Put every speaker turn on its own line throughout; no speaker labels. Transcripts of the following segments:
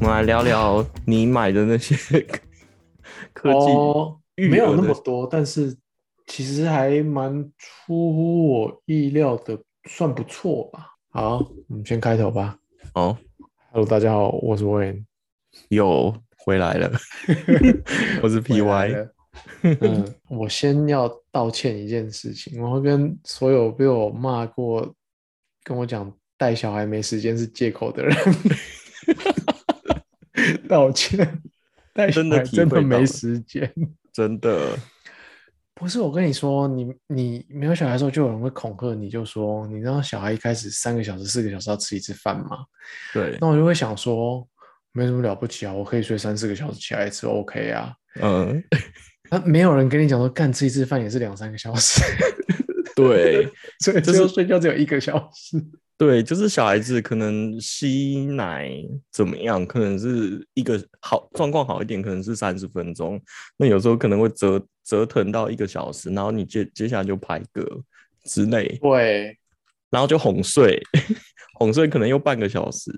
们来聊聊你买的那些 科技，
哦，
育
没有
儿
那
的
么多，但是其实还蛮出乎我意料的，算不错吧。好，我们先开头吧。
哦，
Hello，大家好，我是 Wayne，
又回来了， 我是 PY，。
嗯，我先要道歉一件事情，我会跟所有被我骂过、跟我讲带小孩没时间是借口的人 道歉。带小
真的
孩
体
真
会
的
到
没
了
时间。
真的，
不是我跟你说，你你没有小孩的时候，就有人会恐吓你，就说你让小孩一开始三个小时、四个小时要吃一次饭吗？
对，
那我就会想说，没什么了不起啊，我可以睡三四个小时起来一次，OK 啊。
嗯，
那没有人跟你讲说，干吃一次饭也是两三个小时，
对，
所以
就
最后
是
睡觉只有一个小时。
对，就是小孩子可能吸奶怎么样，可能是一个好状况好一点，可能是三十分钟，那有时候可能会折折腾到一个小时，然后你接接下来就拍嗝之类，
对，
然后就哄睡， 哄睡可能又半个小时，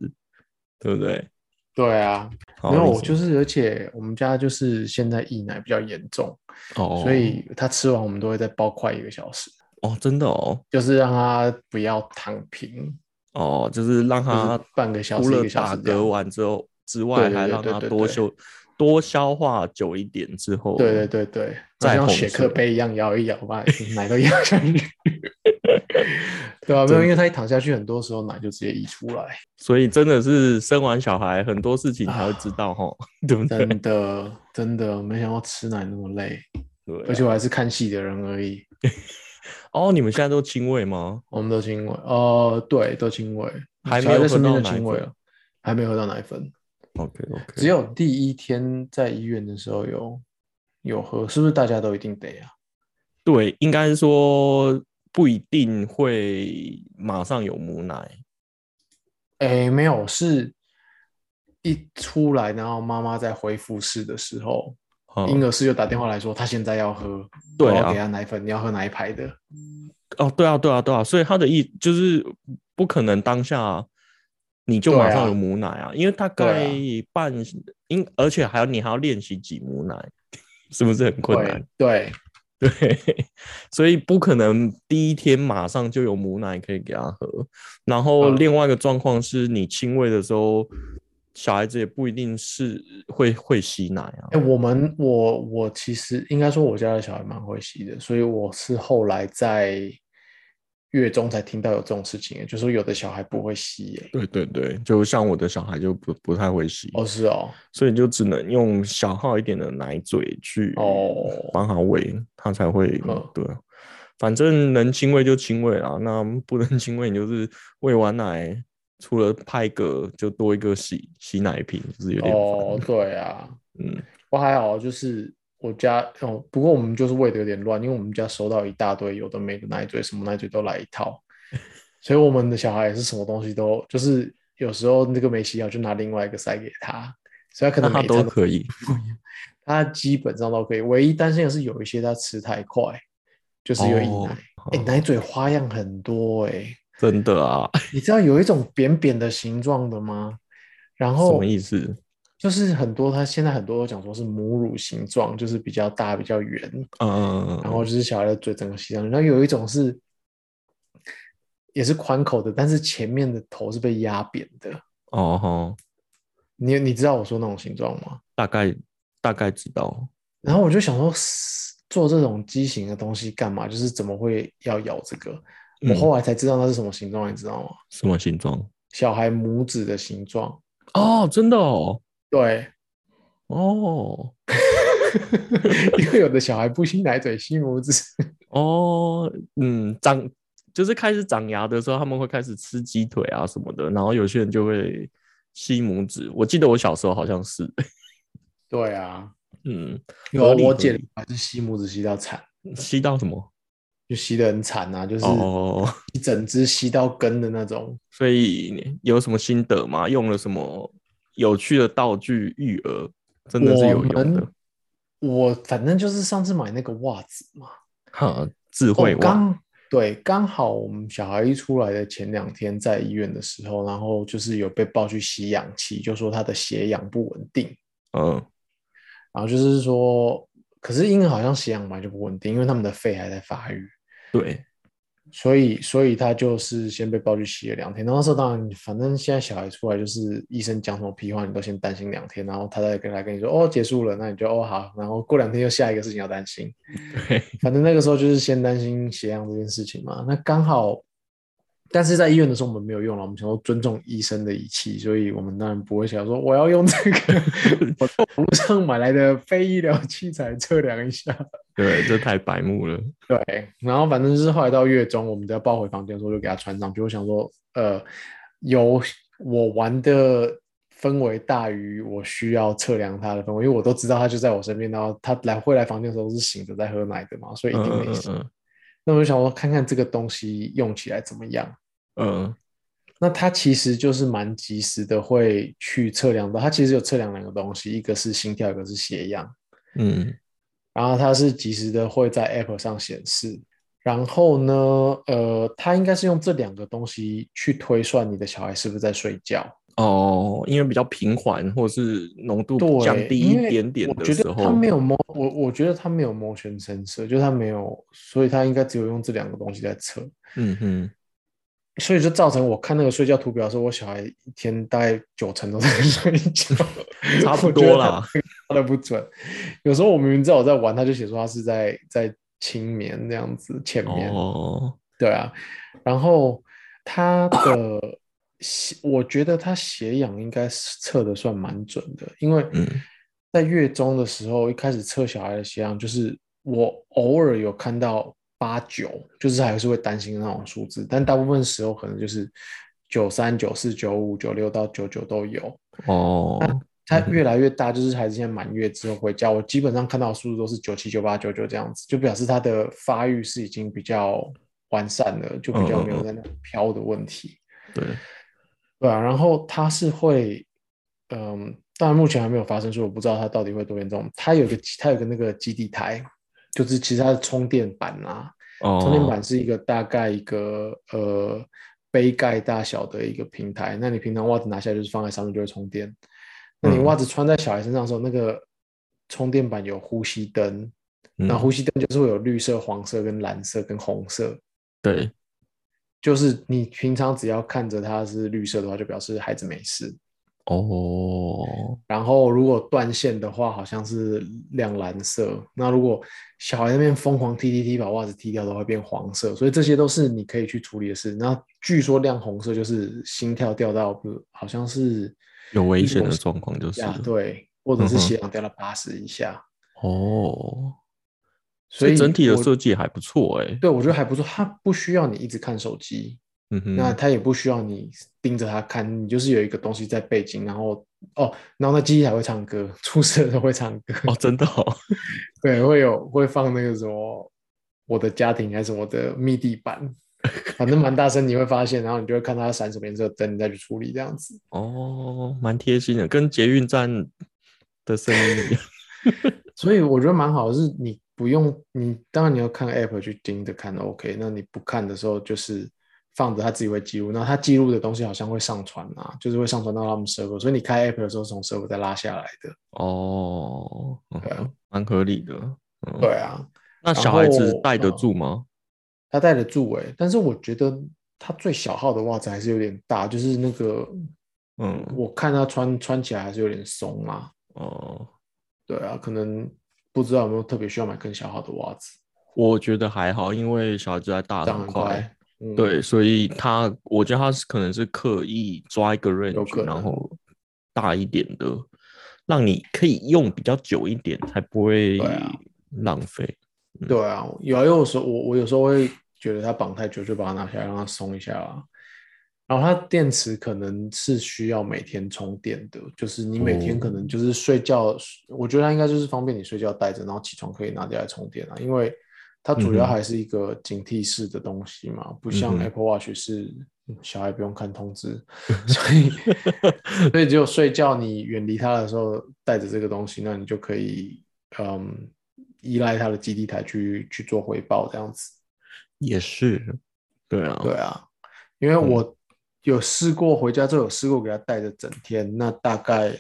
对不对？
对啊，
好
没有，
你
我
先
就是，而且我们家就是现在溢奶比较严重，
哦，
所以他吃完我们都会再包快一个小时，
哦，真的哦，
就是让他不要躺平，
哦，就是让
就
他
是半个小
除
时、一
了
个小
打
时这
嗝
样。
完之后之
对
外，
对
还
对
让
对
他
对
多
对
休多消化久一点之后，
对对对对，就
再
像
哄
雪
睡
克杯一样摇一摇，把奶都摇下去。对啊，没
真
有，
的
因为他一躺下去，很多时候奶就直接溢出来。
所以真的是生完小孩很多事情才会知道哈， 对不对？
真的，真的，没想到吃奶那么累，
对啊
而且我还是看戏的人而已。
哦，你们现在都亲喂吗？
我们都亲喂，哦，对，都亲喂，
还
小
没有
孩在
喝
身边
到
就
奶
亲喂
粉
了，还没有喝到奶粉，
？OK OK，
哦只有第一天在医院的时候有有喝，是不是大家都一定得啊？
对，应该说不一定会马上有母奶。
哎，没有，是一出来，然后妈妈在回复室的时候，
嗯
婴哦儿室又打电话来说，他现在要喝，
对
我要
啊
给他奶粉，你要喝哪一排的？
哦，对啊，对啊，对啊，所以他的意就是不可能当下你就马
对
上
啊
有母奶啊，因为大
对啊
概半，因、而且还要你还要练习挤母奶，是不是很困难？
对
对，所以不可能第一天马上就有母奶可以给他喝。然后
嗯
另外一个状况是你亲喂的时候，小孩子也不一定是会会吸奶啊。
对，哎，我们我我其实应该说我家的小孩蛮会吸的，所以我是后来在月中才听到有这种事情，就是说有的小孩不会吸耶。
对对对，就像我的小孩就不不太会吸，
哦，是哦，
所以就只能用小号一点的奶嘴去
哦
帮他喂，他才会
嗯
对啊。反正能亲喂就亲喂啊，那不能亲喂你就是喂完奶，除了拍嗝就多一个洗洗奶瓶，就是有点烦。
哦，对啊，
嗯，
我还好，就是我家哦，不过我们就是喂的有点乱，因为我们家收到一大堆有的没的奶嘴，什么奶嘴都来一 套，所以我们的小孩也是什么东西都，就是有时候那个没洗好就拿另外一个塞给他，所以他可
那
能
他
每
都
餐
可以。
他基本上都可以，唯一担心的是有一些他吃太快，就是有溢
哦
奶，哎、
哦
奶嘴花样很多哎、
真的啊？
你知道有一种扁扁的形状的吗？然
什
后
么意思？
就是很多，它现在很多都讲说是母乳形状，就是比较大、比较圆，
嗯，
然后就是小孩的嘴整个吸上去。然后有一种是也是宽口的，但是前面的头是被压扁的。
哦吼，
你你知道我说那种形状吗？
大概大概知道。
然后我就想说，嘶做这种畸形的东西干嘛？就是怎么会要咬这个？我
嗯
后来才知道它是什么形状，你知道吗？
什么形状？
小孩拇指的形状。
哦，真的哦，
对，
哦
因为有的小孩不吸奶嘴，吸拇指。
哦，嗯，长就是开始长牙的时候，他们会开始吃鸡腿啊什么的，然后有些人就会吸拇指。我记得我小时候好像是，
对啊，
嗯，
有啊
合理
我
合
姐
理
还是吸拇指吸到惨，
吸到什么？
就吸得很惨啊，就是
哦，
一整只吸到根的那种。
所以你有什么心得吗？用了什么有趣的道具育儿，真的是有
我
用
们
的。
我反正就是上次买那个袜子嘛，
哈，智
我
慧袜，
刚对，刚好我们小孩一出来的前两天在医院的时候，然后就是有被抱去吸氧气，就说他的血氧不稳定，
嗯，
然后就是说，可是婴儿好像血氧本来就不稳定，因为他们的肺还在发育，
对，
所以所以他就是先被抱去吸了两天。然后那时候当然，反正现在小孩出来就是医生讲什么屁话，你都先担心两天，然后他再跟来跟你说哦结束了，那你就哦好，然后过两天又下一个事情要担心。
对，
反正那个时候就是先担心血氧这件事情嘛。那刚好，但是在医院的时候我们没有用了，我们想要尊重医生的仪器，所以我们当然不会想说我要用这个 我在网络上买来的非医疗器材测量一下。
对，这太白目了。
对，然后反正就是后来到月中，我们都要抱回房间的时候，就给他穿上去。我想说，呃，有我玩的氛围大于我需要测量他的氛围，因为我都知道他就在我身边，然后他来会来房间的时候是醒着在喝奶的嘛，所以一
嗯
定没
嗯
事。
嗯
那我就想说，看看这个东西用起来怎么样。
嗯
那它其实就是蛮及时的，会去测量到，它其实有测量两个东西，一个是心跳，一个是血氧。
嗯
然后它是及时的会在 App 上显示。然后呢，呃，它应该是用这两个东西去推算你的小孩是不是在睡觉。
哦，因为比较平缓，或是浓度
对，
降低一
因为
点点
我
的
觉
时
得
候，
它没有摸我，我觉得它没有 motion sensor，就是它没有，所以它应该只有用这两个东西在测。
嗯哼，，
所以就造成我看那个睡觉图表的时候，我小孩一天大概九成都在睡觉
差不多啦，
抓的不准。有时候我明明知道我在玩，他就写说他是在在轻眠那样子浅眠，
哦，
对啊。然后他的血，我觉得他血氧应该是测的算蛮准的，因为
嗯
在月中的时候一开始测小孩的血氧，就是我偶尔有看到八九，就是还是会担心的那种数字，但大部分时候可能就是九三、九四、九五、九六到九九都有。啊
哦，
它
嗯哼
越来越大，就是孩子现在满月之后回家，我基本上看到的数字都是九七、九八、九九这样子，就表示他的发育是已经比较完善了，就
嗯
比较没有在那飘的问题。
对，
对啊，然后它是会，嗯，当然目前还没有发生，所以我不知道它到底会多严重。它有一个它有一个那个基地台，就是其实它的充电板啊，
哦，
充电板是一个大概一个呃杯盖大小的一个平台，那你平常袜子拿下来就是放在上面就会充电。那你
嗯
袜子穿在小孩身上的时候，那个充电板有呼吸灯，那
嗯，
呼吸灯就是会有绿色、黄色、跟蓝色、跟红色。
对，
就是你平常只要看着它是绿色的话，就表示孩子没事。
哦，
然后如果断线的话，好像是亮蓝色。那如果小孩那边疯狂踢踢踢，把袜子踢掉的话，会变黄色。所以这些都是你可以去处理的事。那据说亮红色就是心跳掉到，比如好像是
有危险的状况就是
呀
了，
对，或者
嗯
是
哼
血氧掉到八十以下。
哦，
所以
整体的
我
设计还不错哎，
对我觉得还不错，它不需要你一直看手机，
嗯哼，
那它也不需要你盯着它看，你就是有一个东西在背景，然后哦，然后那机器还会唱歌，出事的时候会唱歌。
哦，真的哦，
对，会有会放那个什么我的家庭还是我的密地板， 反正蛮大声，你会发现，然后你就会看它闪什么颜色的灯，你再去处理这样子。
哦，蛮贴心的，跟捷运站的声音一样，
所以我觉得蛮好的是，你不用你当然你要看 app 去盯着看，OK，那你不看的时候就是放着它自己会记录，那它记录的东西好像会上传啊，就是会上传到他们 server，所以你开 app 的时候是从 server 再拉下来的。
哦，嗯
对啊
哼蛮合理的，嗯，
对啊，
那
然
小孩子
后
戴得
嗯
住吗？
它带得住诶、但是我觉得它最小号的袜子还是有点大，就是那个
嗯，
我看他穿穿起来还是有点松嘛，
哦，
对啊，可能不知道有没有特别需要买更小号的袜子，
我觉得还好，因为小孩子在大得
长
很
很
快。
快，嗯，，
对，所以他，我觉得他是可能是刻意抓一个
有可
range，然
能
后大一点的，让你可以用比较久一点，才不会
对啊
浪费。
对啊，有啊，因为有时候我我有时候会觉得它绑太久，就把它拿下来让它松一下啦。然后它电池可能是需要每天充电的，就是你每天
哦
可能就是睡觉，我觉得它应该就是方便你睡觉带着，然后起床可以拿下来充电啊，因为它主要
嗯哼
还是一个警惕式的东西嘛，不像
嗯哼
Apple Watch 是嗯小孩不用看 通知，所以所以只有睡觉你远离它的时候带着这个东西，那你就可以嗯依赖它的基地台去去做回报这样子。
也是，对啊，
对啊，因为我有试过回家之后有试过给他带着整天，那大概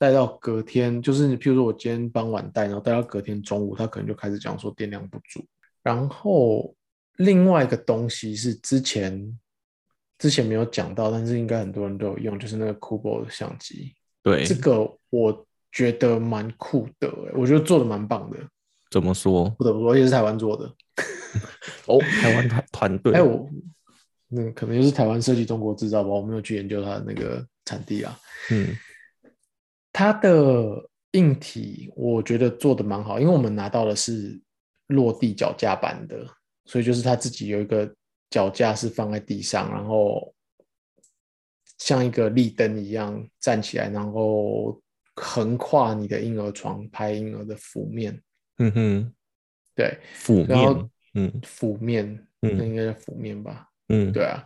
带到隔天，就是你譬如说我今天傍晚带，然后带到隔天中午，他可能就开始讲说电量不足。然后另外一个东西是之前之前没有讲到，但是应该很多人都有用，就是那个 Kubo 的相机，
对，
这个我觉得蛮酷的、欸我觉得做的蛮棒的，
怎么说？
不得不说，而且是台湾做的。
哦，台湾团团队，
哎，我那可能就是台湾设计中国制造吧，我没有去研究它的那个产地啊。
嗯，
它的硬体我觉得做的蛮好，因为我们拿到的是落地脚架版的，所以就是它自己有一个脚架是放在地上，然后像一个立灯一样站起来，然后横跨你的婴儿床拍婴儿的幅面，
嗯哼，
对，
负
然后
面，嗯
幅面，
嗯
那应该叫幅面吧，
嗯，
对啊，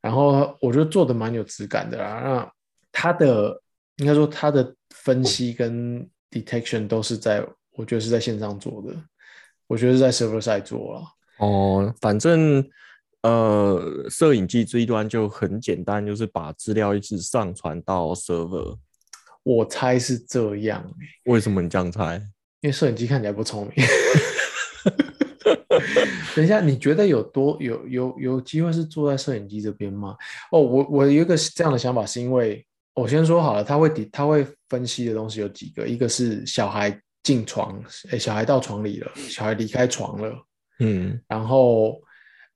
然后我觉得做的蛮有质感的啦。那他的应该说他的分析跟 detection 都是在，我觉得是在线上做的，我觉得是在 server side 做了。
哦，反正呃，摄影机这一端就很简单，就是把资料一直上传到 server。
我猜是这样、
为什么你这样猜？
因为摄影机看起来不聪明。 等一下，你觉得有多有有有机会是坐在摄影机这边吗？哦，我我有一个这样的想法，是因为我先说好了，他会底他会分析的东西有几个，一个是小孩进床，诶，小孩到床里了，小孩离开床了，
嗯
然后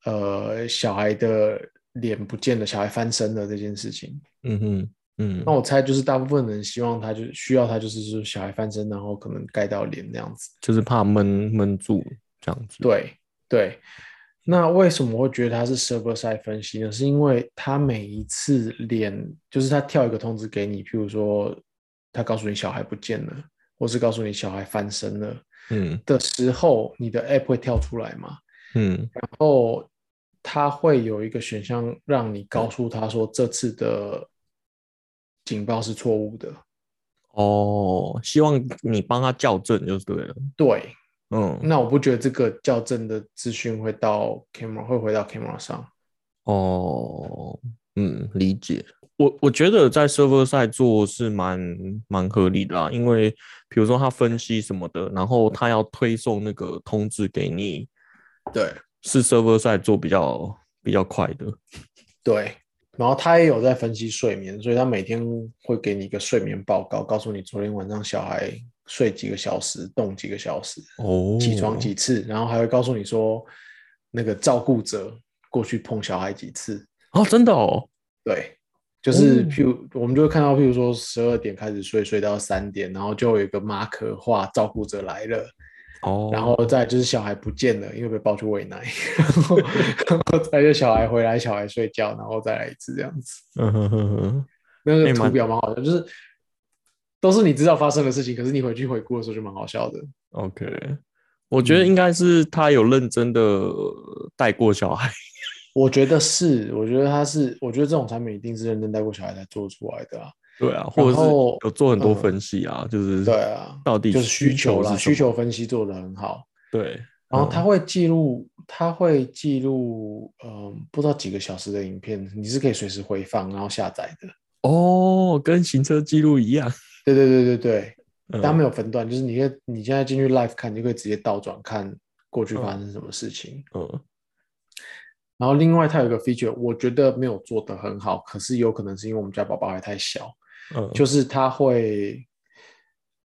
呃，小孩的脸不见了，小孩翻身了这件事情，
嗯哼嗯
那，我猜就是大部分人希望他就需要他就是说小孩翻身，然后可能盖到脸那样子。
就是怕闷闷住这样子。
对对，那为什么会觉得它是 server side 分析呢？是因为它每一次连，就是它跳一个通知给你，譬如说，它告诉你小孩不见了，或是告诉你小孩翻身了
嗯
的时候，你的 app 会跳出来嘛？
嗯
然后它会有一个选项让你告诉他说这次的警报是错误的。
哦，希望你帮他校正就对了。
对，
嗯
那我不觉得这个校正的资讯会到 camera 会回到 camera 上。
哦嗯，理解。我我觉得在 server 赛做是蛮蛮合理的啦，因为比如说他分析什么的，然后他要推送那个通知给你，
对。
是 server 赛做比较比较快的。
对，然后他也有在分析睡眠，所以他每天会给你一个睡眠报告，告诉你昨天晚上小孩睡几个小时，动几个小时，
哦，
起床几次，然后还会告诉你说那个照顾者过去碰小孩几次，
哦，真的哦，
对。就是
哦，
譬如我们就会看到，譬如说十二点开始睡，睡到三点，然后就有一个马可画照顾者来了，
哦，
然后再来就是小孩不见了，因为被抱去喂奶， 然后然后再就小孩回来，小孩睡觉，然后再来一次这样子。
嗯哼哼哼，
那
哎
个图
蛮
表蛮好的，就是都是你知道发生的事情，可是你回去回顾的时候就蛮好笑的。
OK，我觉得
嗯
应该是他有认真的带过小孩。
我觉得是，我觉得他是，我觉得这种产品一定是认真带过小孩才做出来的啊。
对啊，或者是
后
有做很多
嗯
分析啊，就是
对啊，
到底
就是需求
是
啦，
什
需求
么
分析做得很好，
对，
然后他
嗯
会记录，他会记录，嗯，不知道几个小时的影片，你是可以随时回放然后下载的。
哦，跟行车记录一样，
对对对对对，
嗯
它没有分段，就是你可以你现在进去 live 看，你就可以直接倒转看过去发生什么事情。
嗯
然后另外它有一个 feature，我觉得没有做得很好，可是有可能是因为我们家宝宝还太小，
嗯，
就是它会，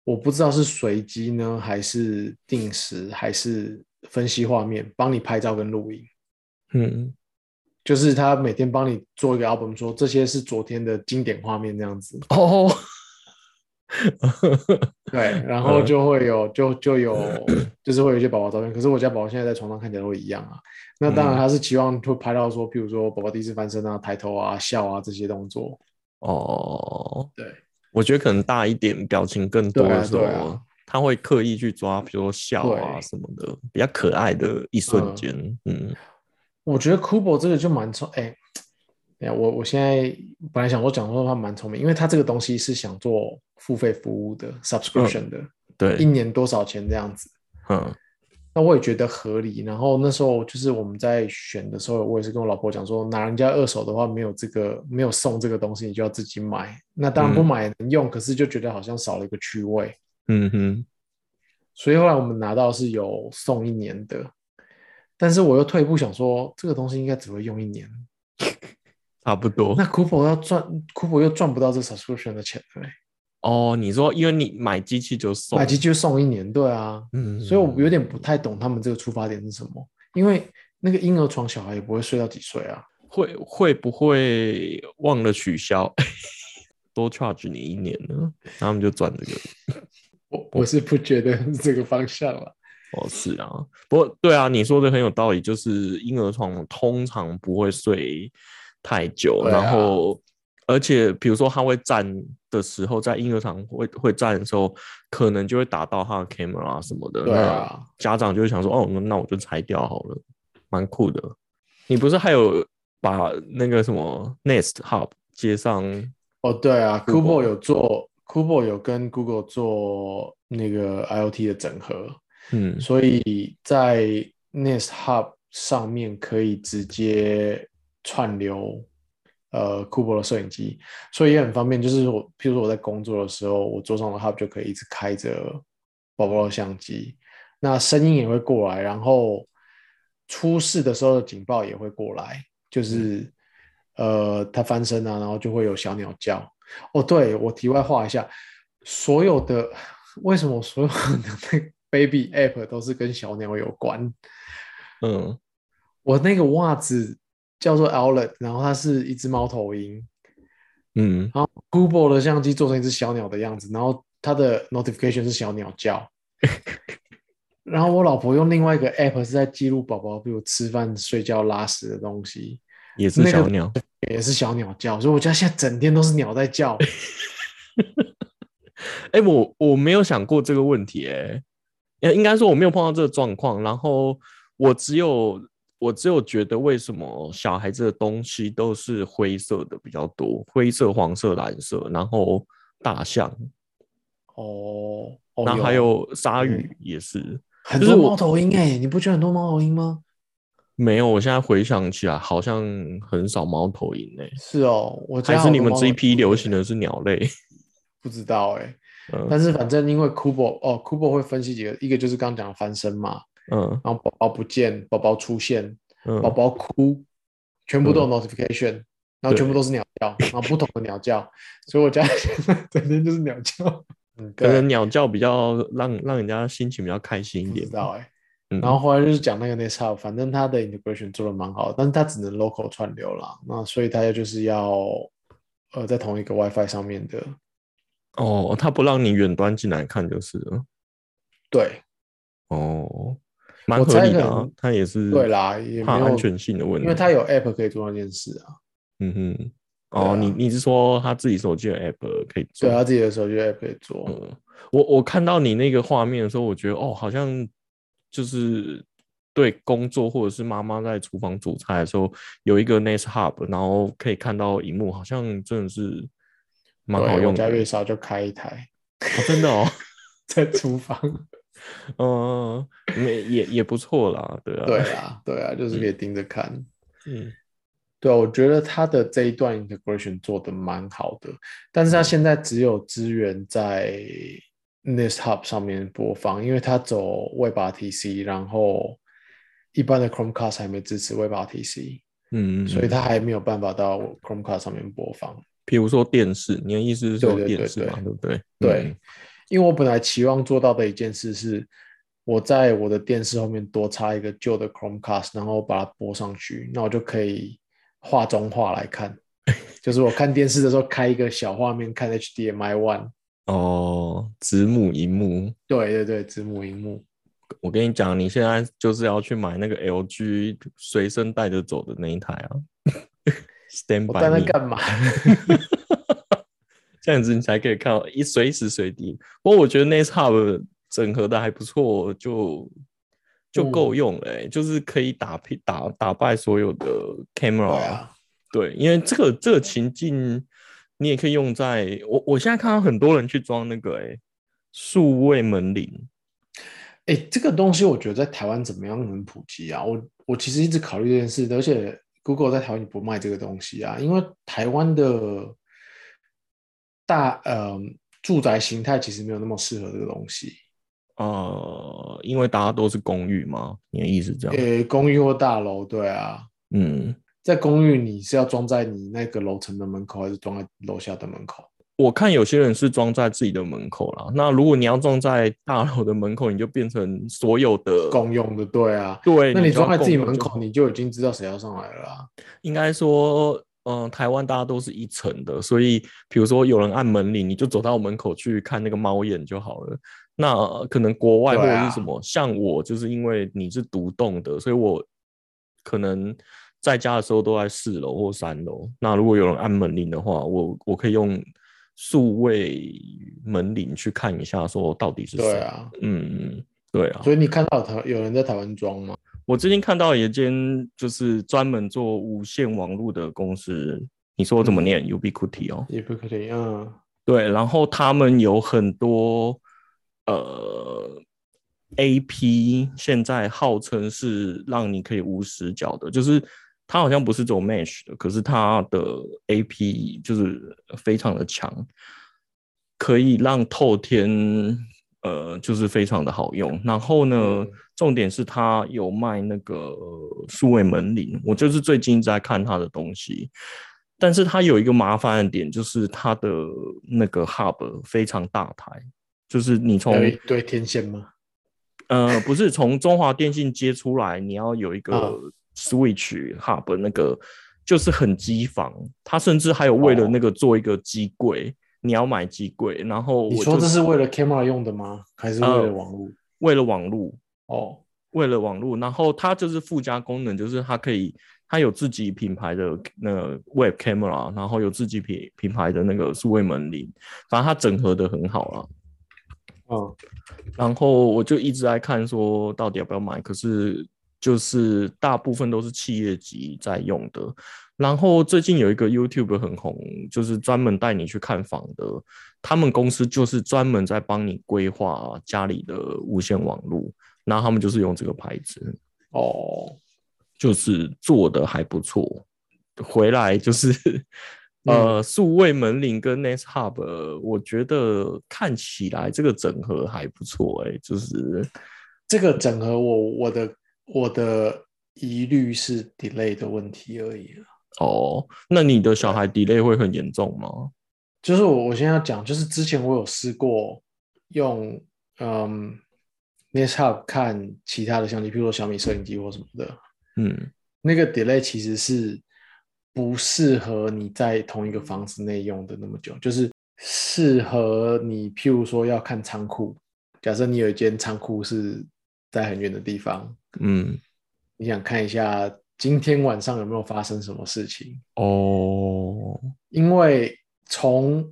我不知道是随机呢，还是定时，还是分析画面，帮你拍照跟录影。
嗯
就是它每天帮你做一个 album，说这些是昨天的经典画面这样子，
哦，
对，然后
嗯
就会有就就有就是会有一些宝宝照片，可是我家宝宝现在在床上看起来都一样啊。那当然
嗯
他是期望会拍到说，譬如说宝宝第一次翻身啊、抬头啊、笑啊这些动作，
哦，
对。
我觉得可能大一点，表情更多
对啊
的时
对啊
候，他会刻意去抓，比如说笑啊
对
什么的，比较可爱的一瞬
嗯
间，嗯
我觉得 Kubo 这个就蛮聪，哎、哎呀，我我现在本来想说讲说他蛮聪明，因为他这个东西是想做付费服务的 subscription 的，一
对，
年多少钱这样子。
嗯
那我也觉得合理。然后那时候就是我们在选的时候，我也是跟我老婆讲说，拿人家二手的话，没有这个没有送这个东西，你就要自己买。那当然不
嗯
买也能用，可是就觉得好像少了一个趣味。
嗯哼，
所以后来我们拿到是有送一年的，但是我又退一步想说，这个东西应该只会用一年。
差不多
那。Coupon 要赚，Coupon 又赚不到这 subscription 的钱了欸、
哦，你说因为你买机器就送，
买机就送一年，对啊，
嗯，
所以我有点不太懂他们这个出发点是什么，因为那个婴儿床小孩也不会睡到几岁啊，
会会不会忘了取消， 多 charge 你一年呢？然后他们就赚这个。
我我是不觉得是这个方向了。
哦，是啊，不过对啊，你说的很有道理，就是婴儿床通常不会睡太久，
对啊
然后而且比如说他会站的时候，在婴儿床会会站的时候，可能就会打到他的 camera 什么的，
对啊，
那家长就会想说，哦，那那我就拆掉好了，蛮酷的。你不是还有把那个什么 Nest Hub 接上？
哦，对啊 c o u p o
Kubo
有做 c o u p o 有跟 Google 做那个 IoT 的整合，
嗯，
所以在 Nest Hub 上面可以直接串流呃 c o u p o 的摄影机，所以也很方便。就是我，譬如说我在工作的时候，我桌上的 Hub 就可以一直开着宝宝的相机，那声音也会过来，然后出事的时候的警报也会过来，就是、呃它翻身啊，然后就会有小鸟叫。哦，对，我题外话一下，所有的为什么所有的那个 baby app 都是跟小鸟有关？
嗯，
我那个袜子叫做 Outlet，然后它是一只猫头鹰，
嗯，
然后 Google 的相机做成一只小鸟的样子，然后它的 notification 是小鸟叫。然后我老婆用另外一个 app 是在记录宝宝，比如吃饭、睡觉、拉屎的东西，
也是
那个
小鸟，
也是小鸟叫，所以我家现在整天都是鸟在叫。
哎、我我没有想过这个问题、欸，哎，应该说我没有碰到这个状况，然后我只有我只有觉得为什么小孩子的东西都是灰色的比较多，灰色、黄色、蓝色，然后大象，
哦，哦
然后还
有嗯
有鲨鱼也是。
很
就是
多
我
猫头鹰哎、你不觉得很多猫头鹰吗？
没有，我现在回想起来，好像很少猫头鹰诶、
是哦，我家
还是你们
好多猫头
这一批
鹰
流行的是鸟类？
不知道哎、
嗯
但是反正因为 Kubo 哦，Kubo 会分析几个，一个就是刚讲的翻身嘛，
嗯
然后宝宝不见，宝宝出现，宝
嗯，
宝哭，全部都有 notification，、然后全部都是鸟叫，然后不同的鸟叫，所以我家 现在整天就是鸟叫。嗯，
可能
对，
鸟叫比较让让人家心情比较开心一
不
点
知。道哎、
嗯
然后后来就是讲那个 Nest Hub，反正它的 integration 做的蛮好的，但是它只能 local 串流啦，那所以它就是要呃在同一个 WiFi 上面的，
哦，它不让你远端进来看就是了。
对
哦，蛮
我
合
猜
理的
可
啊
能，
它也是
对啦，也
怕
没有
安全性的问题，
因为它有 app 可以做那件事啊，
嗯哼，
对啊
哦，你你是说他自己手机的 app 可以做？
对，啊它自己的手机 app 可以做，
嗯，我我看到你那个画面的时候，我觉得哦，好像就是对工作或者是妈妈在厨房煮菜的时候，有一个 Nest Hub，然后可以看到荧幕，好像真的是蛮
对
好
我
用的，欸
家月嫂就开一台
哦真的哦。
在厨房，
嗯，没也也不错啦，对啊，
对，啊，对啊，就是可以盯着看。
嗯
对啊，我觉得它的这一段 integration 做的蛮好的，但是它现在只有资源在 Nest Hub 上面播放，因为它走 WebRTC，然后一般的 Chromecast 还没支持 WebRTC，
嗯，嗯
所以它还没有办法到 Chromecast 上面播放。
比如说电视，你的意思是说
对对对
电视嘛，
对
对不对？嗯
对，因为我本来期望做到的一件事是，我在我的电视后面多插一个旧的 Chromecast，然后把它播上去，那我就可以画中画来看，就是我看电视的时候开一个小画面看 HDMI one，
嗯哦，子母荧幕，
对对对，子母荧幕，
我跟你讲，啊你现在就是要去买那个 LG 随身带着走的那一台啊 ，Stand
我在那
by
干嘛？
me，这样子你才可以看到一随时随地。不过我觉得 Nest Hub 整合的还不错，就就够
嗯
用了欸、就是可以打屁打打败所有的 camera，
对啊，
对，因为这个这个情境，你也可以用在我我现在看到很多人去装那个诶、欸数位门铃，
哎、这个东西我觉得在台湾怎么样能普及啊？我我其实一直考虑这件事，而且 Google 在台湾也不卖这个东西啊，因为台湾的大呃住宅形态其实没有那么适合这个东西，
呃，因为大家都是公寓嘛，你的意思这样？
呃，公寓或大楼，对啊，
嗯，
在公寓你是要装在你那个楼层的门口，还是装在楼下的门口？
我看有些人是装在自己的门口啦，那如果你要装在大楼的门口，你就变成所有的
共用的，对啊。
对，
那你装在自己
就要共
门
用就
口，你就已经知道谁要上来了啊。
应该说，嗯、台湾大家都是一层的，所以比如说有人按门铃，你就走到门口去看那个猫眼就好了。那呃可能国外或
对
者
啊
是什么，像我就是因为你是独栋的，所以我可能在家的时候都在四楼或三楼。那如果有人按门铃的话，我我可以用数位门铃去看一下，说到底是谁。
对啊，
嗯，嗯，对啊。
所以你看到台有人在台湾装吗？
我最近看到一间就是专门做无线网络的公司，你说我怎么念、Ubiquiti 哦？
也不可以，嗯，
对，然后他们有很多呃 A P，现在号称是让你可以无死角的，就是它好像不是走 Mesh 的，可是它的 A P 就是非常的强，可以让透天呃就是非常的好用。然后呢，
嗯
重点是它有卖那个呃数位门铃，我就是最近在看它的东西。但是它有一个麻烦的点，就是它的那个 hub 非常大台，就是你从
还有一堆天线吗？
呃，不是从中华电信接出来，你要有一个
嗯
switch hub 那个，就是很机房。它甚至还有为了
哦
那个做一个机柜，你要买机柜，然后
你
我
说
就
这是为了 camera 用的吗？还是为
呃
了网络？
为了网络，
哦，
为了网络，然后它就是附加功能，就是它可以，它有自己品牌的那个 web camera，然后有自己品品牌的那个数位门铃，反正它整合的很好啦。
嗯，
然后我就一直在看说到底要不要买，可是就是大部分都是企业级在用的。然后最近有一个 YouTube 很红，就是专门带你去看房的，他们公司就是专门在帮你规划家里的无线网路，然后他们就是用这个牌子，
哦，
就是做的还不错。回来 就是，
嗯
呃，数位门铃跟 Nest Hub，呃我觉得看起来这个整合还不错、欸，就是
这个整合我我的我的疑虑是 delay 的问题而已啊。
哦，那你的小孩 delay 会很严重吗？
就是我我现在要讲，就是之前我有试过用嗯 Nest Hub 看其他的相机，譬如说小米摄影机或什么的，
嗯，
那个 delay 其实是不适合你在同一个房子内用的那么久，就是适合你譬如说要看仓库，假设你有一间仓库是在很远的地方，
嗯，
你想看一下今天晚上有没有发生什么事情，
哦，
因为从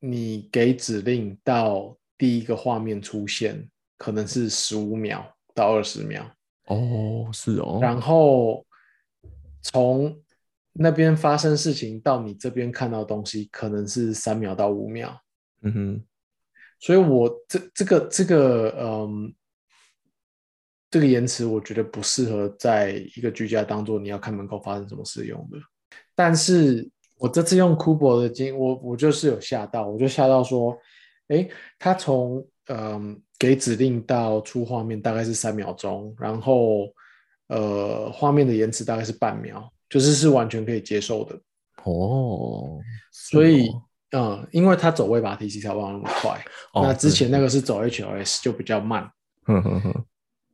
你给指令到第一个画面出现，可能是十五秒到二十秒，
哦，是哦，
然后从那边发生事情到你这边看到的东西，可能是三秒到五秒。
嗯哼，
所以我这这个这个嗯，这个延迟我觉得不适合在一个居家当做你要看门口发生什么事用的。但是我这次用 Kubo 的经，我我就是有吓到，我就吓到说，诶，它从嗯给指令到出画面大概是三秒钟，然后呃画面的延迟大概是半秒，就是是完全可以接受的。
哦，是
所以
哦
嗯，因为它走位拔 T C 才往那么快。
哦
那之
对
前那个是走 HLS 就比较慢，
哼哼哼，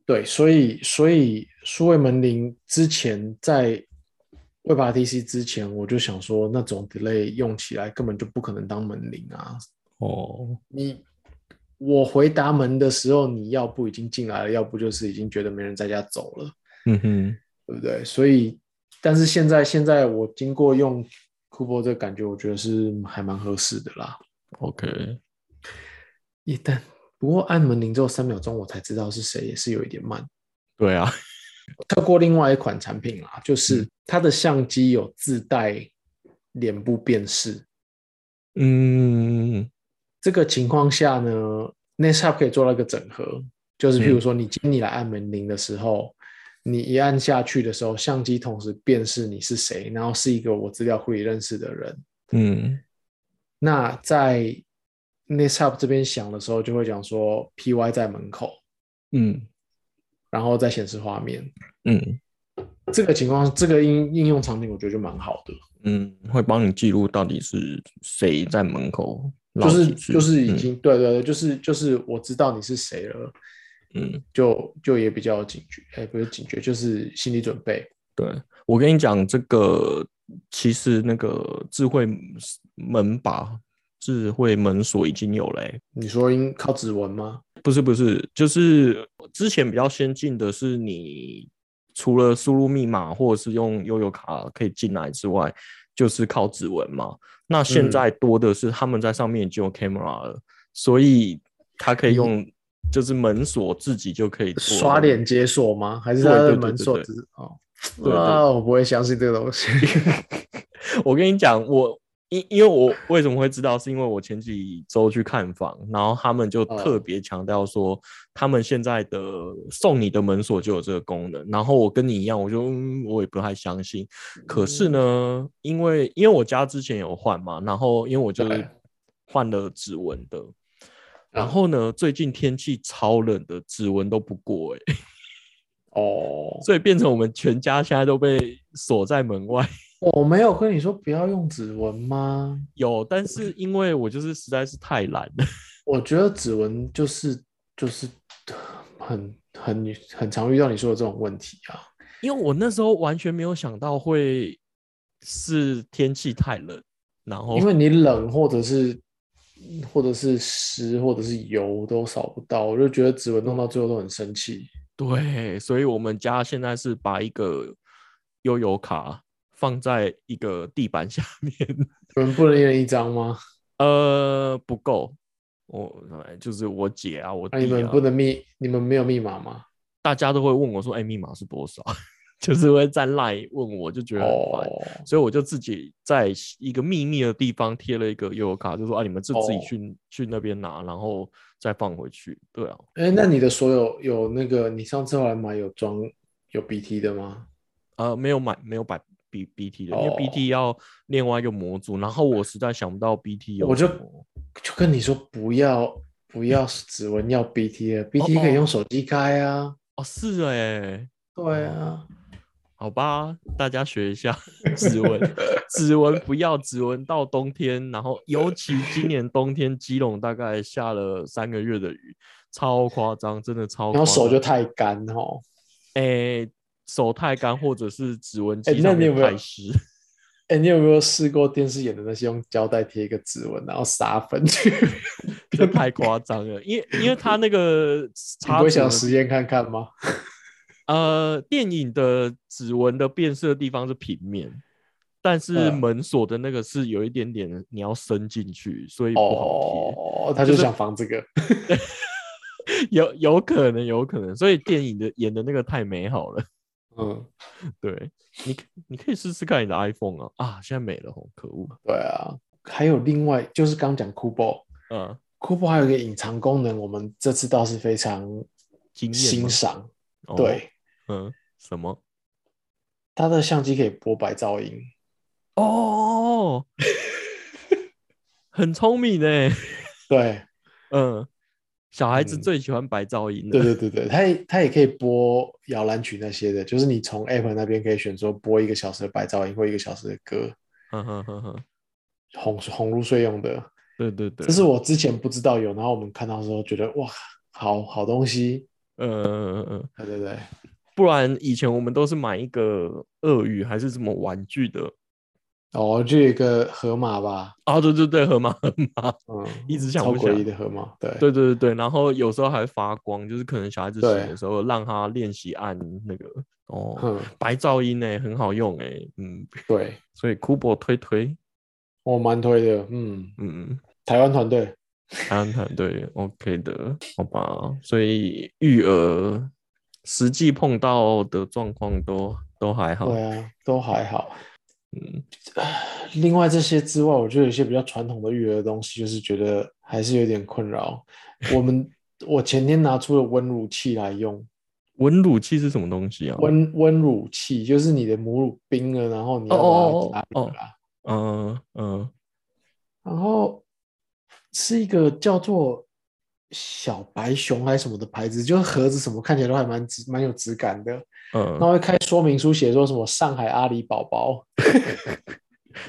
对，所以所以数位门铃之前在 WebRTC 之前，我就想说那种 delay 用起来根本就不可能当门铃啊！
哦，
你我回答门的时候，你要不已经进来了，要不就是已经觉得没人在家走了，
嗯哼，
对不对？所以，但是现在现在我经过用 Kubo 这个感觉，我觉得是还蛮合适的啦。
，OK，
一旦不过按门铃之后三秒钟，我才知道是谁，也是有一点慢。
对啊，
透过另外一款产品啦，
嗯
就是它的相机有自带脸部辨识。
嗯，
这个情况下呢，Nest Hub 可以做到一个整合，就是譬
嗯
如说，你经理来按门铃的时候，你一按下去的时候，相机同时辨识你是谁，然后是一个我资料库里认识的人。
嗯
那在 NetHub 这边响的时候，就会讲说 PY 在门口，
嗯
然后再显示画面。
嗯
这个情况，这个应应用场景，我觉得就蛮好的。
嗯，会帮你记录到底是谁在门口
就
闹
是
几次，
就是已
嗯
经、对对对，就是就是我知道你是谁了，
嗯
就就也比较有警觉，哎、不是警觉，就是心理准备。
对，我跟你讲，这个其实那个智慧门把、智慧门锁已经有了欸、
你说应靠指纹吗？
不是不是，就是之前比较先进的是，你除了输入密码或者是用悠游卡可以进来之外，就是靠指纹嘛。那现
嗯
在多的是他们在上面已经有 camera 了，所以他可以用就是门锁自己就可以做
嗯刷
了
脸解锁吗？还是
对
他
对
的
对
门
对
锁
对
只是哦？
对对
啊，我不会相信这个东西。
我跟你讲，我因因为我为什么会知道，是因为我前几周去看房，然后他们就特别强调说，他们现在的送你的门锁就有这个功能。然后我跟你一样，我就、嗯、我也不太相信。可是呢，因为因为我家之前有换嘛，然后因为我就
对
是换了指纹的。然后呢？最近天气超冷的，指纹都不过哎、
哦，
所以变成我们全家现在都被锁在门外。
我没有跟你说不要用指纹吗？
有，但是因为我就是实在是太懒了，
我觉得指纹就是就是很很很常遇到你说的这种问题啊。
因为我那时候完全没有想到会是天气太冷，然后
因为你冷或者是或者是湿或者是油都扫不到，我就觉得指纹弄到最后都很生气。
对，所以我们家现在是把一个悠游卡放在一个地板下面，
你们不能一人一张吗？
呃，不够，我就是我姐啊，我
那、你
弟
们
啊
不，能密，你们没有密码吗？
大家都会问我说，哎、密码是多少？ 就是会在 line 问我，就觉得啊很烦。
哦，
所以我就自己在一个秘密的地方贴了一个悠游卡，就说啊，你们自自己
哦
去、去那边拿，然后再放回去。对啊，
哎、那你的所有有那个，你上次后来买有装有 BT 的吗？
呃，没有买，没有买 B B T 的，因为
哦
B T 要另外一个模组，然后我实在想不到 B T 有
我就
什么
就跟你说不要不要指纹，要 BT 的，BT 可以用手机开啊。
哦，是哎、
对
哦
啊，
好吧，大家学一下指纹，指纹不要指纹到冬天，然后尤其今年冬天，基隆大概下了三个月的雨，超夸张，真的超夸
然后
张，
手就太干哦。
诶、手太干，或者是指纹
诶
机
那
上
你有
面
没有
太湿。
哎、你有没有试过电视演的那些用胶带贴一个指纹，然后撒粉去？
这太夸张了，因为因为他那个
你不
插
会
指
想
纹
实验看看吗？
呃，电影的指纹的变色地方是平面，但是
嗯
门锁的那个是有一点点你要伸进去，所以不好贴。
哦，他就
就是
想防这个。
有有可能，有可能，所以电影的演的那个太美好了。
嗯，
对你可，你可以试试看你的 iPhone 啊啊，现在没了哦，可恶。
对啊。还有另外就是刚讲 Kubo，Kubo
嗯，
还有一个隐藏功能，我们这次倒是非常
经验吗
欣赏。，
哦
对，
嗯，什么？
它的相机可以播白噪音，
哦， 很聪明呢。
对，
嗯，小孩子
嗯
最喜欢白噪音
对
的。
对对对，它也它也可以播摇篮曲那些的，就是你从 App 那边可以选说播一个小时的白噪音或一个小时的歌，
哼哼哼哼，
哄哄入睡用的。
嗯对对对，
这是我之前不知道有，然后我们看到的时候觉得哇，好好东西。
呃呃，呃
对对对，
不然以前我们都是买一个鳄鱼还是什么玩具的
哦，就有一个河马吧，
啊？对对对，河马 河马，
嗯，
一直想
超
不起来
诡异的河马，对
对对对对，然后有时候还会发光，就是可能小孩子醒
对
的时候让他练习按那个哦，
嗯，
白噪音呢很好用哎，嗯，
对，
所以 Kubo 推推，
我蛮推的，嗯，
嗯嗯。
台湾团队，
安排对，OK 的，好吧。所以育儿实际碰到的状况都都还好，
对啊，都还好。
嗯，
另外这些之外，我觉得有一些比较传统的育儿的东西，就是觉得还是有点困扰。我们我前天拿出了温乳器来用，
温乳器是什么东西啊？
温温乳器就是你的母乳冰了，然后你要
哦哦
把它
哦
打
哦
乳啦。
嗯嗯
然后是一个叫做小白熊还是什么的牌子，就是盒子什么看起来都还蛮质蛮有质感的。然
嗯，
后会开说明书写说什么上海阿里宝宝，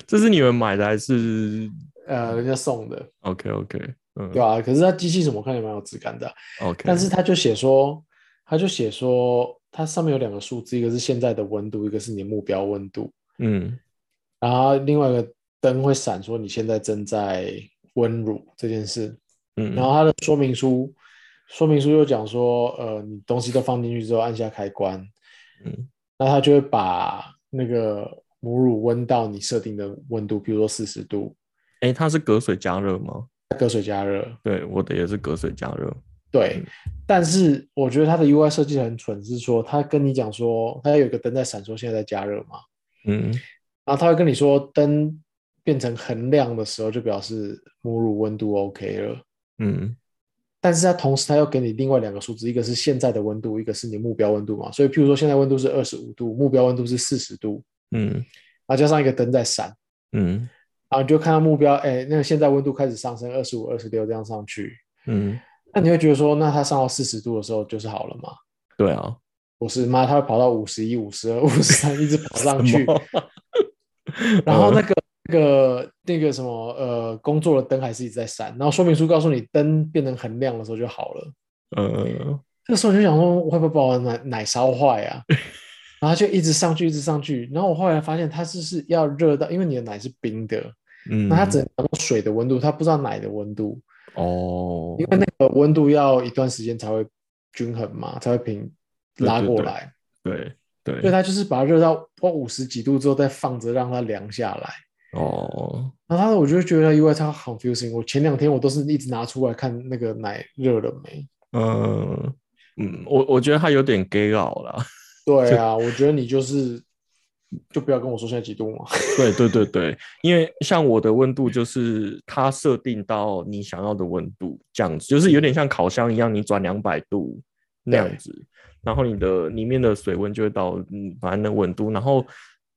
这是你们买的还是
呃，人家送的，
？OK OK，嗯，
对吧、可是它机器什么看起来蛮有质感的啊，
o k
但是他就写说，他就写说，它上面有两个数字，一个是现在的温度，一个是你的目标温度，
嗯
然后另外一个灯会闪说你现在正在温乳这件事。
嗯，
然后它的说明书，说明书又讲说，呃，你东西都放进去之后按下开关，
嗯，
那它就会把那个母乳温到你设定的温度，比如说四十度，
哎、它是隔水加热吗？
隔水加热。
对，我的也是隔水加热。
对
嗯，
但是我觉得它的 UI 设计很蠢，是说它跟你讲说，它有一个灯在闪烁，现在在加热嘛，
嗯
然后它会跟你说，灯变成很亮的时候，就表示母乳温度 OK 了。
嗯
但是它同时它又给你另外两个数字，一个是现在的温度，一个是你目标温度嘛。所以譬如说现在温度是二十五度，目标温度是四十度，
嗯
然后加上一个灯在闪，
嗯
然后你就看到目标，哎，那个现在温度开始上升，二十五、二十六这样上去，
嗯，
那你会觉得说，那它上到四十度的时候就是好了嘛？
对啊，
不是，妈，它会跑到五十一、五十二、五十三，一直跑上
什，
去
么
然后那个。那个那个什么呃，工作的灯还是一直在闪，然后说明书告诉你灯变成很亮的时候就好了。
呃，
这时候我就想说，我会不会把我奶奶烧坏啊？然后就一直上去，一直上去。然后我后来发现，它是是要热到，因为你的奶是冰的，
嗯，
那它只能掌握水的温度，它不知道奶的温度，
哦，
因为那个温度要一段时间才会均衡嘛，才会平
对
拉
对
过
对
来。
对对
所以它就是把它热到我五十几度之后再放着让它凉下来。
哦，
然后它我就觉得 UI 它好 confusing。我前两天我都是一直拿出来看那个奶热了没。
嗯嗯，我我觉得它有点 gay 佬啦。
对啊，我觉得你就是就不要跟我说现在几度嘛。
对对对对，因为像我的温度就是它设定到你想要的温度，这样子就是有点像烤箱一样，你转两百度那样
对
子，然后你的里面的水温就会到嗯反正的温度，然后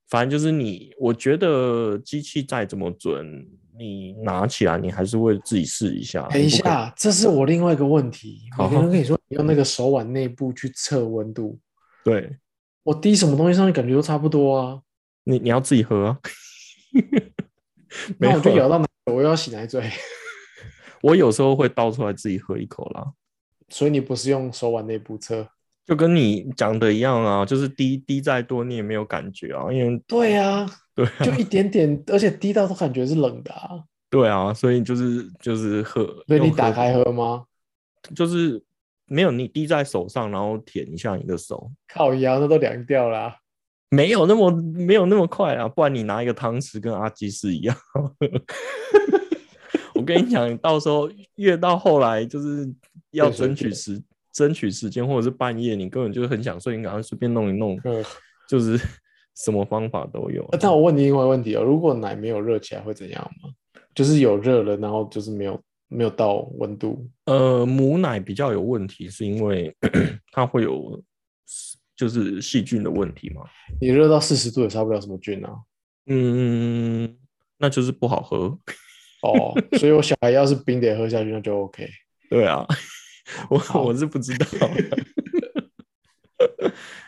反正就是你，我觉得机器再怎么准，你拿起来你还是会自己试一下。
等一
你不可，
下，这是我另外一个问题。
好
每个人跟你说，你用那个手腕内部去测温度，
对
我滴什么东西上去感觉都差不多啊。
你你要自己喝啊。没
那我就
有
咬，到奶，我又要洗奶嘴。
我有时候会倒出来自己喝一口啦。
所以你不是用手腕内部测？
就跟你讲的一样啊，就是滴滴再多你也没有感觉啊，因为
对啊，
对
就一点点，而且滴到都感觉是冷的啊。
对啊，所以就是就是喝，
所以你
用喝
打开喝吗？
就是没有你滴在手上，然后舔一下你的手，
靠腰，那都凉掉啊啦、
没有那么没有那么快啊，不然你拿一个汤匙跟阿基师一样。 我跟你讲，你到时候越到后来就是要
越随
争取
便
时争取时间，或者是半夜你根本就很想睡，你赶快随便弄一弄，
嗯，
就是 什么方法都有啊。
但我问你另外一个问题哦，如果奶没有热起来会怎样吗？就是有热了，然后就是没有没有到温度。
呃，母奶比较有问题，是因为 它会有就是细菌的问题嘛？
你热到四十度也杀不了什么菌啊。
嗯，那就是不好喝。
哦，所以我小孩要是冰的也喝下去，那就 OK。
对啊，我
好
我是不知道 啊，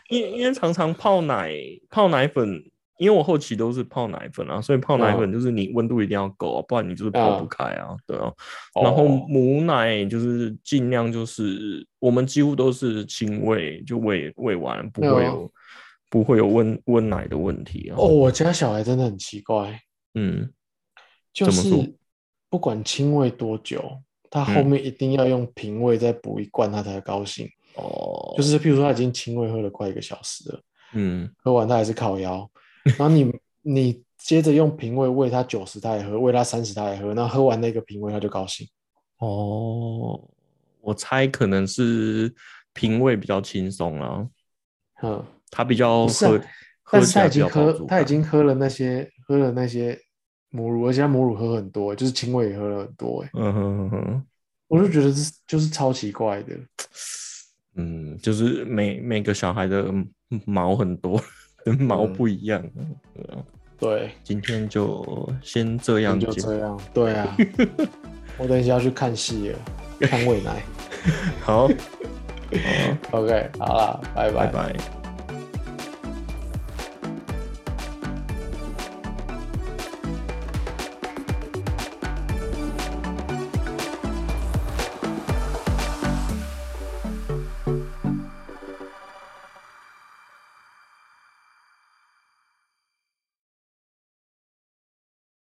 因为因为常常泡奶泡奶粉，因为我后期都是泡奶粉啊，所以泡奶粉就是你温度一定要够啊，不然你就是泡不
嗯
开啊，对啊。
哦
然后母奶就是尽量就是我们几乎都是亲喂，就喂喂完不会
对啊
有、不会有温温奶的问题啊。
哦，我家小孩真的很奇怪，
嗯，
就
怎么说
是不管亲喂多久，他后面一定要用瓶喂再补一罐，他才会高兴。
哦
就是譬如说他已经亲喂喝了快一个小时了，
嗯
喝完他还是靠 腰，然后你你接着用瓶喂喂他九十他也喝，喂他三十他也喝，那喝完那个瓶喂他就高兴。
哦，我猜可能是品味比较轻松啦，
嗯，
他比较
不是啊
喝，喝
但是
起
他
来
已
比较
经
饱
喝
足，
他已
感
经喝了那些喝了那些母乳，而且他母乳喝很多，就是亲喂也喝了很多，哎，
嗯哼哼哼，
我就觉得这就是超奇怪的。
嗯，就是每每个小孩的毛很多，毛
嗯
不一样。对啊
对，
今天就先这样
就
子，
这样。对 啊，我等一下要去看戏了，看喂奶。
好，好，
OK，好啦，拜
拜拜。